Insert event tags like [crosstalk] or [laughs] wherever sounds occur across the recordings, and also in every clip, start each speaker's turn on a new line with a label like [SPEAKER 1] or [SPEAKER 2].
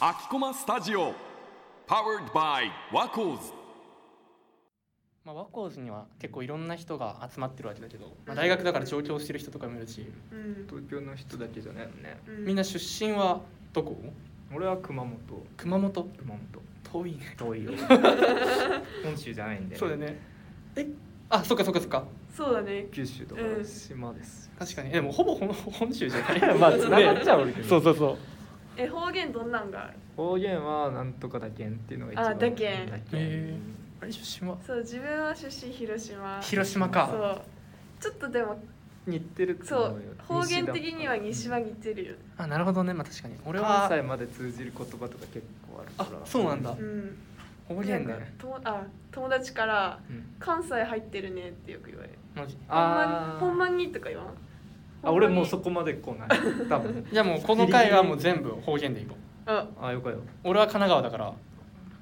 [SPEAKER 1] 秋駒スタジオ Powered by ワコーズ
[SPEAKER 2] まあ、ワコーズには結構いろんな人が集まってるわけだけど、まあ、大学だから上京してる人とかもいるし
[SPEAKER 3] うん
[SPEAKER 4] 東京の人だけじゃないよね
[SPEAKER 2] みんな出身はどこ
[SPEAKER 4] 俺は熊本
[SPEAKER 2] 熊本
[SPEAKER 4] 熊本
[SPEAKER 2] 遠いね
[SPEAKER 4] 遠 [laughs] いよ本州じゃないんで
[SPEAKER 2] そうだよねえあそっかそっかそっか
[SPEAKER 3] そうだね
[SPEAKER 4] 九州とか
[SPEAKER 3] うん
[SPEAKER 4] 島です、
[SPEAKER 2] 確かにえでもほぼほん本州じゃない
[SPEAKER 4] まあ繋がっちゃうけ
[SPEAKER 2] [laughs]
[SPEAKER 4] ど
[SPEAKER 2] そうそうそう
[SPEAKER 3] え方言どんなんがある
[SPEAKER 4] 方言はなんとかだけんっていうのが一番
[SPEAKER 3] あだけん
[SPEAKER 4] だ
[SPEAKER 2] えー、あれ出身は
[SPEAKER 3] そう自分は出身広島
[SPEAKER 2] 広島
[SPEAKER 3] そ
[SPEAKER 2] か
[SPEAKER 3] うちょっとでも
[SPEAKER 4] 似てると
[SPEAKER 3] そ
[SPEAKER 4] 思う
[SPEAKER 3] う
[SPEAKER 4] よ
[SPEAKER 3] 方言的には
[SPEAKER 4] 西
[SPEAKER 3] 西は似てるよね
[SPEAKER 2] あなるほどねまあ確かに俺
[SPEAKER 4] だ関
[SPEAKER 2] は
[SPEAKER 4] 西まで通じる言葉とか結構
[SPEAKER 2] あ
[SPEAKER 4] あるから
[SPEAKER 2] そうなんだ
[SPEAKER 3] うん
[SPEAKER 2] 方言
[SPEAKER 3] なんか
[SPEAKER 2] ね
[SPEAKER 3] ともあ友達から
[SPEAKER 4] うん
[SPEAKER 3] 「関西入ってるね」ってよく言われる
[SPEAKER 2] マジ
[SPEAKER 4] あー
[SPEAKER 3] ほんまにほんまにとか言わん
[SPEAKER 4] あ俺もうそ
[SPEAKER 3] そ
[SPEAKER 4] こまで来ない多分
[SPEAKER 2] じゃあもうこの回はもう全部方言でいこう
[SPEAKER 3] あ
[SPEAKER 4] あよかよ、
[SPEAKER 2] 俺は神奈川だから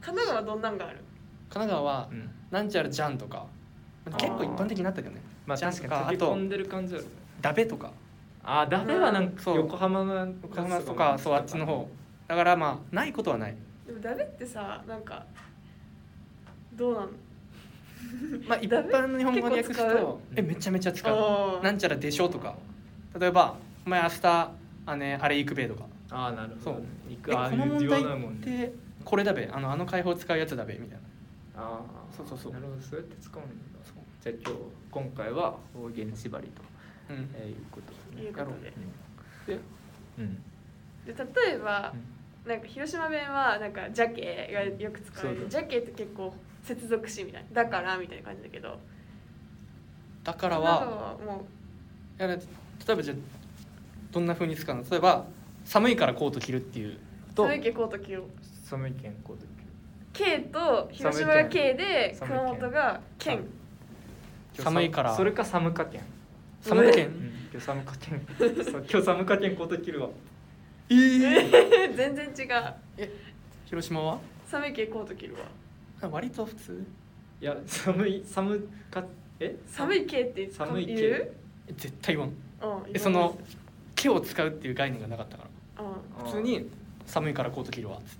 [SPEAKER 3] 神奈川どんなんがある
[SPEAKER 2] 神奈川は
[SPEAKER 4] うん、
[SPEAKER 2] なんちゃらじゃんとか結構一般的になったけどね
[SPEAKER 4] まあ
[SPEAKER 2] じゃあ
[SPEAKER 4] 確かに
[SPEAKER 2] あと
[SPEAKER 4] 飛び込んでる感じある
[SPEAKER 2] ダベとか
[SPEAKER 4] あダメはなんか
[SPEAKER 2] そう
[SPEAKER 4] 横浜の
[SPEAKER 2] 岡山とかそうあっちの方だからまあないことはない
[SPEAKER 3] でもダメってさなんかどうなの
[SPEAKER 2] まあ一般の日本語に訳す
[SPEAKER 3] 結構使う
[SPEAKER 2] とえめちゃめちゃ使う
[SPEAKER 3] あ
[SPEAKER 2] なんちゃらでしょとか例えばお前明日あ,、ね、あれ行くべとか
[SPEAKER 4] ああなるほどね行
[SPEAKER 2] え
[SPEAKER 4] くああ
[SPEAKER 2] この問
[SPEAKER 4] 言
[SPEAKER 2] 題
[SPEAKER 4] わ
[SPEAKER 2] っ
[SPEAKER 4] ないもんね
[SPEAKER 2] てこれだべあのあの解放使うやつだべみたいな
[SPEAKER 4] ああ
[SPEAKER 2] そうそうそう
[SPEAKER 4] なるほどそうやって使うんだ
[SPEAKER 2] そう
[SPEAKER 4] じゃあ今日今回は方言縛りと、
[SPEAKER 2] うん
[SPEAKER 4] えーいうことです
[SPEAKER 3] あい
[SPEAKER 4] ね
[SPEAKER 3] うことで
[SPEAKER 4] うん
[SPEAKER 3] で例えばなんか広島弁はなんか「じゃけ」がよく使われ
[SPEAKER 4] そ
[SPEAKER 3] る
[SPEAKER 4] う
[SPEAKER 3] 「
[SPEAKER 4] だ
[SPEAKER 3] じゃけ」って結構接続詞みたいな「だから」みたいな感じだけど
[SPEAKER 2] だから
[SPEAKER 3] 神
[SPEAKER 2] は
[SPEAKER 3] 奈川はも
[SPEAKER 2] いや例えばじゃあどんな風に使うの例えば寒いからコート着るっていう
[SPEAKER 3] う「
[SPEAKER 4] と
[SPEAKER 3] 寒いけこうときを
[SPEAKER 4] 寒い健康で」
[SPEAKER 3] 「け」と広島が「け」で
[SPEAKER 4] 寒い
[SPEAKER 3] 熊
[SPEAKER 4] 県
[SPEAKER 3] 本が「け
[SPEAKER 4] 寒
[SPEAKER 3] ん
[SPEAKER 2] 寒いから
[SPEAKER 4] それか寒かけん、
[SPEAKER 2] 寒いけ
[SPEAKER 4] うん
[SPEAKER 2] ん、
[SPEAKER 4] 今日寒かけんそう今日寒かけんこと切るわ」
[SPEAKER 2] えー
[SPEAKER 3] [laughs] 全然違う
[SPEAKER 2] 広島は
[SPEAKER 3] 「寒いけこうときるわ
[SPEAKER 2] あ割と普通
[SPEAKER 4] いや寒い寒かえ」
[SPEAKER 3] 「寒いけ」って
[SPEAKER 4] 寒いけ
[SPEAKER 3] 言う
[SPEAKER 2] え絶対言わん
[SPEAKER 3] うん
[SPEAKER 2] えその「毛を使うっていう概念がなかったから
[SPEAKER 3] 言わ
[SPEAKER 4] あー
[SPEAKER 2] 普通に「寒いからコート着るわ」っつっ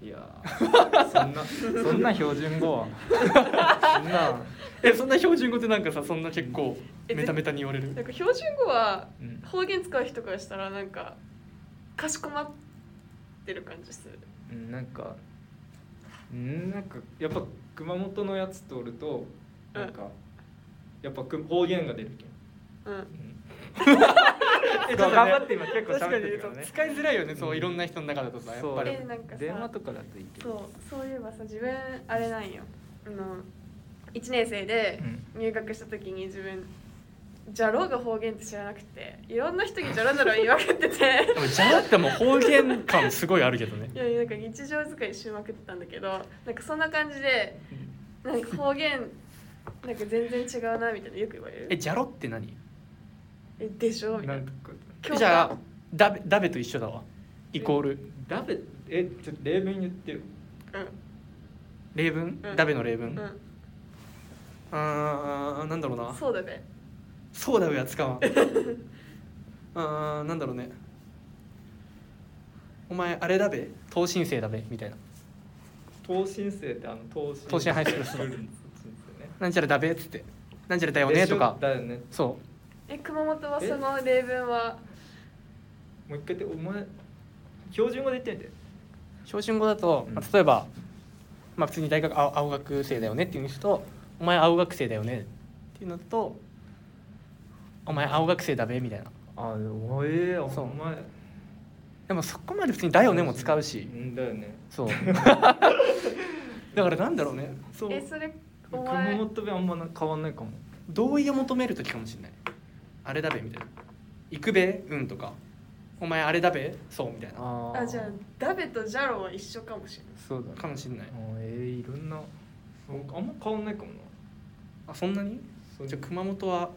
[SPEAKER 2] て
[SPEAKER 4] いやーそんなそんな標準語はそんな、
[SPEAKER 2] えそんな標準語ってなんかさそんな結構
[SPEAKER 3] え
[SPEAKER 2] メタメタに言われ
[SPEAKER 3] ないうん
[SPEAKER 2] る
[SPEAKER 3] なんか標準語は
[SPEAKER 4] うん、
[SPEAKER 3] 方言使う人からしたらなんかかしこまってる感じする
[SPEAKER 4] うんなんかうんなんかやっぱ熊本のやつとおるとなんか、やっぱく方言が出るけん、
[SPEAKER 3] うん
[SPEAKER 4] [laughs] え
[SPEAKER 2] そうだ
[SPEAKER 4] 頑
[SPEAKER 2] ね
[SPEAKER 4] 張って今結構喋ってるからね
[SPEAKER 2] 使いづらいよねそううんいろんな人の中だとさやっぱり
[SPEAKER 3] えなんかさ
[SPEAKER 4] 電話とかだといいけ
[SPEAKER 3] そう
[SPEAKER 4] ど
[SPEAKER 3] そういえばさ自分あれなんよあの1年生で
[SPEAKER 4] うん
[SPEAKER 3] 入学した時に自分じゃろうが方言って知らなくていろんな人にじゃろじゃろ言われてて [laughs]
[SPEAKER 2] でもじゃらってもう方言感すごいあるけどね [laughs]
[SPEAKER 3] いやなんか日常使いしまくってたんだけどなんかそんな感じでなんか方言なんか全然違うなみたいなよく言われ
[SPEAKER 2] え
[SPEAKER 3] る
[SPEAKER 2] じゃろって何
[SPEAKER 3] えでしょみた
[SPEAKER 4] ないん
[SPEAKER 3] な
[SPEAKER 4] とか
[SPEAKER 3] 今日
[SPEAKER 2] じゃあだべだべと一緒だわイコール
[SPEAKER 4] ダベえちょっと例文言ってよ
[SPEAKER 2] 例文
[SPEAKER 3] うん
[SPEAKER 2] だべの例文
[SPEAKER 3] うん、う
[SPEAKER 2] あ
[SPEAKER 3] ん、
[SPEAKER 2] あーなんだろうな
[SPEAKER 3] そうだね
[SPEAKER 2] そうだべは使 [laughs] わんあーなんだろうねお前あれだべ等身生だべみたいな
[SPEAKER 4] 等身生ってあの等身
[SPEAKER 2] 等身ハイス
[SPEAKER 4] [laughs]
[SPEAKER 2] クール
[SPEAKER 4] 等身生ね
[SPEAKER 2] なんちゃらだべっつってなんちゃらだよねとか
[SPEAKER 4] だよね
[SPEAKER 2] そ
[SPEAKER 3] え熊本はその例文は
[SPEAKER 4] もう一回言ってお前標準語で言って
[SPEAKER 2] う
[SPEAKER 4] みて
[SPEAKER 2] 標準語だと、
[SPEAKER 4] うん
[SPEAKER 2] まあ例えば、まあ、普通に大学あ青学生だよねっていう人とお前青学生だよねっていうのとお前青学生だべみたいな
[SPEAKER 4] あおえお
[SPEAKER 2] そう
[SPEAKER 4] 前
[SPEAKER 2] でもそこまで普通に「だよね」も使うし
[SPEAKER 4] うんだよね [laughs]
[SPEAKER 2] そうだからなんだろうねそう
[SPEAKER 3] えそれお
[SPEAKER 4] 熊
[SPEAKER 3] 前
[SPEAKER 4] 本弁あんまな変わんないかも
[SPEAKER 2] 同意を求める時かもしれないあれだべみたいな行くべうんとかお前あれだべそうみたいな
[SPEAKER 4] あ
[SPEAKER 3] あじゃあダベとジャロは一緒かもしれない
[SPEAKER 4] そうだね
[SPEAKER 2] かもしれない
[SPEAKER 4] あえーいろんなそうあんま変わんないかもな
[SPEAKER 2] あそんなに
[SPEAKER 4] そう
[SPEAKER 2] じゃあ熊本は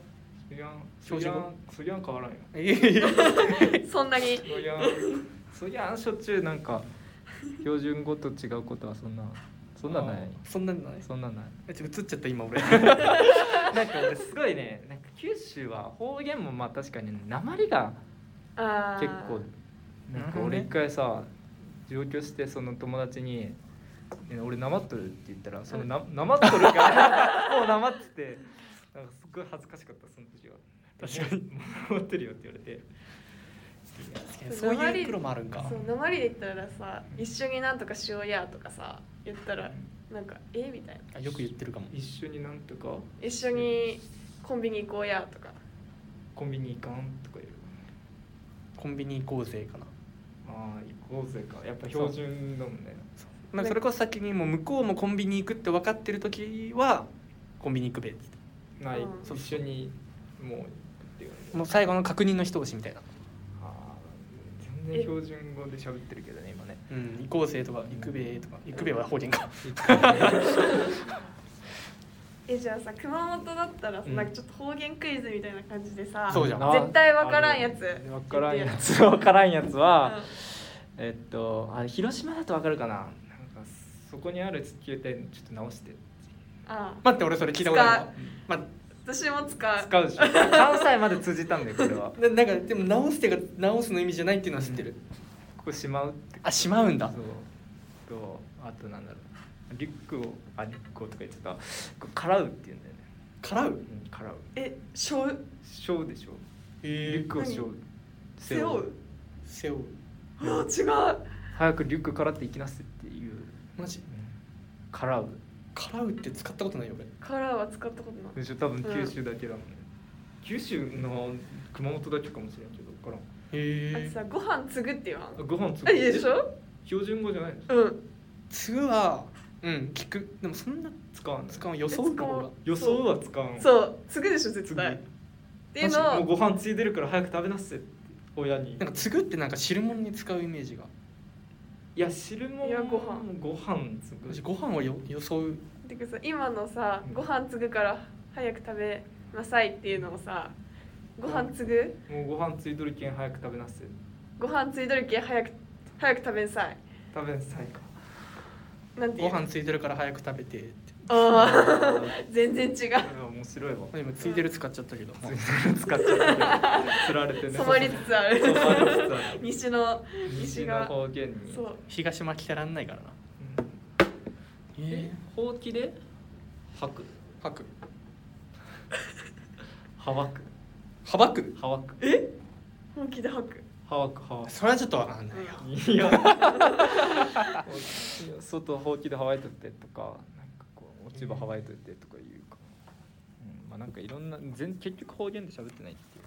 [SPEAKER 4] そりゃん
[SPEAKER 2] 標
[SPEAKER 4] そり
[SPEAKER 2] 準
[SPEAKER 4] ゃ
[SPEAKER 2] 語
[SPEAKER 4] んそりゃん変わらんよ
[SPEAKER 2] いやいや
[SPEAKER 3] そんなに
[SPEAKER 4] そりゃんそりゃんしょっちゅうなんか標準語と違うことはそんなそんなない
[SPEAKER 2] [laughs] そんなのない
[SPEAKER 4] そんなない
[SPEAKER 2] えちょ映っちゃった今俺
[SPEAKER 4] なんか俺すごいねなんか九州は方言もまあ確かになまりが
[SPEAKER 3] あー
[SPEAKER 4] 結構なんか俺一回さ上京してその友達に「ね俺なまっとる」って言ったらそのななまっとるがもうなまっててなんかすっごい恥ずかしかったその時は
[SPEAKER 2] 確かに
[SPEAKER 4] もうなまってるよって言われていや
[SPEAKER 2] 確かにそういうプロもあるんか
[SPEAKER 3] そう鉛で言ったらさ一緒になんとかしようやとかさ言ったらなんかえみたいな
[SPEAKER 2] あよく言ってるかも
[SPEAKER 4] 一緒になんとか
[SPEAKER 3] 一緒にコンビニ行こうやとか
[SPEAKER 4] コンビニ行かんとか言う
[SPEAKER 2] コンビニ行こうぜかな
[SPEAKER 4] ああ行こうぜかやっぱ標準だもんね
[SPEAKER 2] なんかそれこそ先にもう向こうもコンビニ行くって分かってる時はコンビニ行くべっつって
[SPEAKER 4] な
[SPEAKER 3] うん
[SPEAKER 4] 一緒にもう行くっていう
[SPEAKER 2] もう最後の確認の一押しみたいな
[SPEAKER 4] あー全然標準語で喋ってるけどね今ね
[SPEAKER 2] うん行こうぜとか行くべとか行くべは方言か [laughs]
[SPEAKER 3] えじゃあさ熊本だったらさ、
[SPEAKER 4] うん
[SPEAKER 3] なんかちょっと方言クイズみたいな感じでさ
[SPEAKER 2] そうじゃん
[SPEAKER 4] な
[SPEAKER 3] 絶対わからんやつ
[SPEAKER 4] わからんやつ [laughs] わからんやつは、えっとあれ広島だとわかるかななんかそこにある携帯ちょっと直して
[SPEAKER 3] ああ
[SPEAKER 2] 待って俺それ聞いたことあるわま
[SPEAKER 3] 私も使う
[SPEAKER 4] 使
[SPEAKER 3] [laughs]
[SPEAKER 4] うでしょ関西まで通じたんだよこれは
[SPEAKER 2] ななんかでも直すってが直すの意味じゃないっていうのは知ってる
[SPEAKER 4] ここしまうって
[SPEAKER 2] あしまうん
[SPEAKER 4] そ
[SPEAKER 2] だ
[SPEAKER 4] うとあとなんだろうリュックをあリュックをとか言ってたこれからうって言うんだよね
[SPEAKER 2] からう
[SPEAKER 4] うんからう
[SPEAKER 3] えしょう
[SPEAKER 4] しょうでしょリ
[SPEAKER 2] え
[SPEAKER 4] ュックをしょう
[SPEAKER 3] 背負う
[SPEAKER 2] 背負う
[SPEAKER 3] あ違う
[SPEAKER 4] 早くリュックからって行きなすっていう
[SPEAKER 2] マジ
[SPEAKER 4] からう
[SPEAKER 2] からうって使ったことないよ俺
[SPEAKER 3] カラーは使ったことない
[SPEAKER 4] でしょ多分九州だけだもんね、九州の熊本だけかもしれんけどわからん
[SPEAKER 3] あと
[SPEAKER 2] へえ
[SPEAKER 3] さご飯継ぐって言わん
[SPEAKER 4] ご飯つ
[SPEAKER 3] あいいでしょ
[SPEAKER 4] 標準語じゃないの
[SPEAKER 3] うん
[SPEAKER 2] 次はうん聞くでもそんな
[SPEAKER 4] 使わない
[SPEAKER 2] 使う予想か俺は
[SPEAKER 4] 予想は使わんう
[SPEAKER 3] そう継ぐでしょ絶対っ
[SPEAKER 4] 次
[SPEAKER 3] ていう
[SPEAKER 4] マジ
[SPEAKER 3] の
[SPEAKER 4] も
[SPEAKER 3] を
[SPEAKER 4] うご飯ついてるから早く食べなすって親に
[SPEAKER 2] なんか継ぐってなんか汁物に使うイメージが
[SPEAKER 4] いや汁も
[SPEAKER 3] いやご飯
[SPEAKER 4] ご飯つく
[SPEAKER 2] 私ご飯をよ装う
[SPEAKER 3] てかさ今のさご飯継ぐから早く食べなさいっていうのをさご飯継ぐ
[SPEAKER 4] もうご飯ついとるけん早く食べなす
[SPEAKER 3] ご飯ついとるけ早く早く食べんさ
[SPEAKER 4] 食べんさい
[SPEAKER 3] [laughs]
[SPEAKER 4] か
[SPEAKER 3] いなんて
[SPEAKER 2] ご
[SPEAKER 3] 言う
[SPEAKER 2] 飯ついてるから早く食べてって
[SPEAKER 3] あ
[SPEAKER 4] あ
[SPEAKER 3] あ全然違う
[SPEAKER 4] ー面白いわ
[SPEAKER 2] 今ついてる使っちゃったけど、まあ
[SPEAKER 4] 使っちゃったけど釣られてね
[SPEAKER 3] 染まりつつあ
[SPEAKER 4] 染
[SPEAKER 3] る [laughs]
[SPEAKER 4] まりつつある
[SPEAKER 3] 西の
[SPEAKER 4] 西
[SPEAKER 3] 西
[SPEAKER 4] の
[SPEAKER 3] が
[SPEAKER 4] 方言に
[SPEAKER 3] そう
[SPEAKER 2] 東巻きたらんないからな
[SPEAKER 4] うんえほうきで吐く
[SPEAKER 2] はく
[SPEAKER 4] はわく
[SPEAKER 2] はばく
[SPEAKER 4] はわく
[SPEAKER 3] 本気で吐く
[SPEAKER 4] はわくはわく
[SPEAKER 2] それはちょっとわかんないよ
[SPEAKER 4] いや外ほうきではわいとってとかなんかこう落ち葉はわいとってとか言うか、うんまあなんかいろんな全結局方言で喋ってないっていう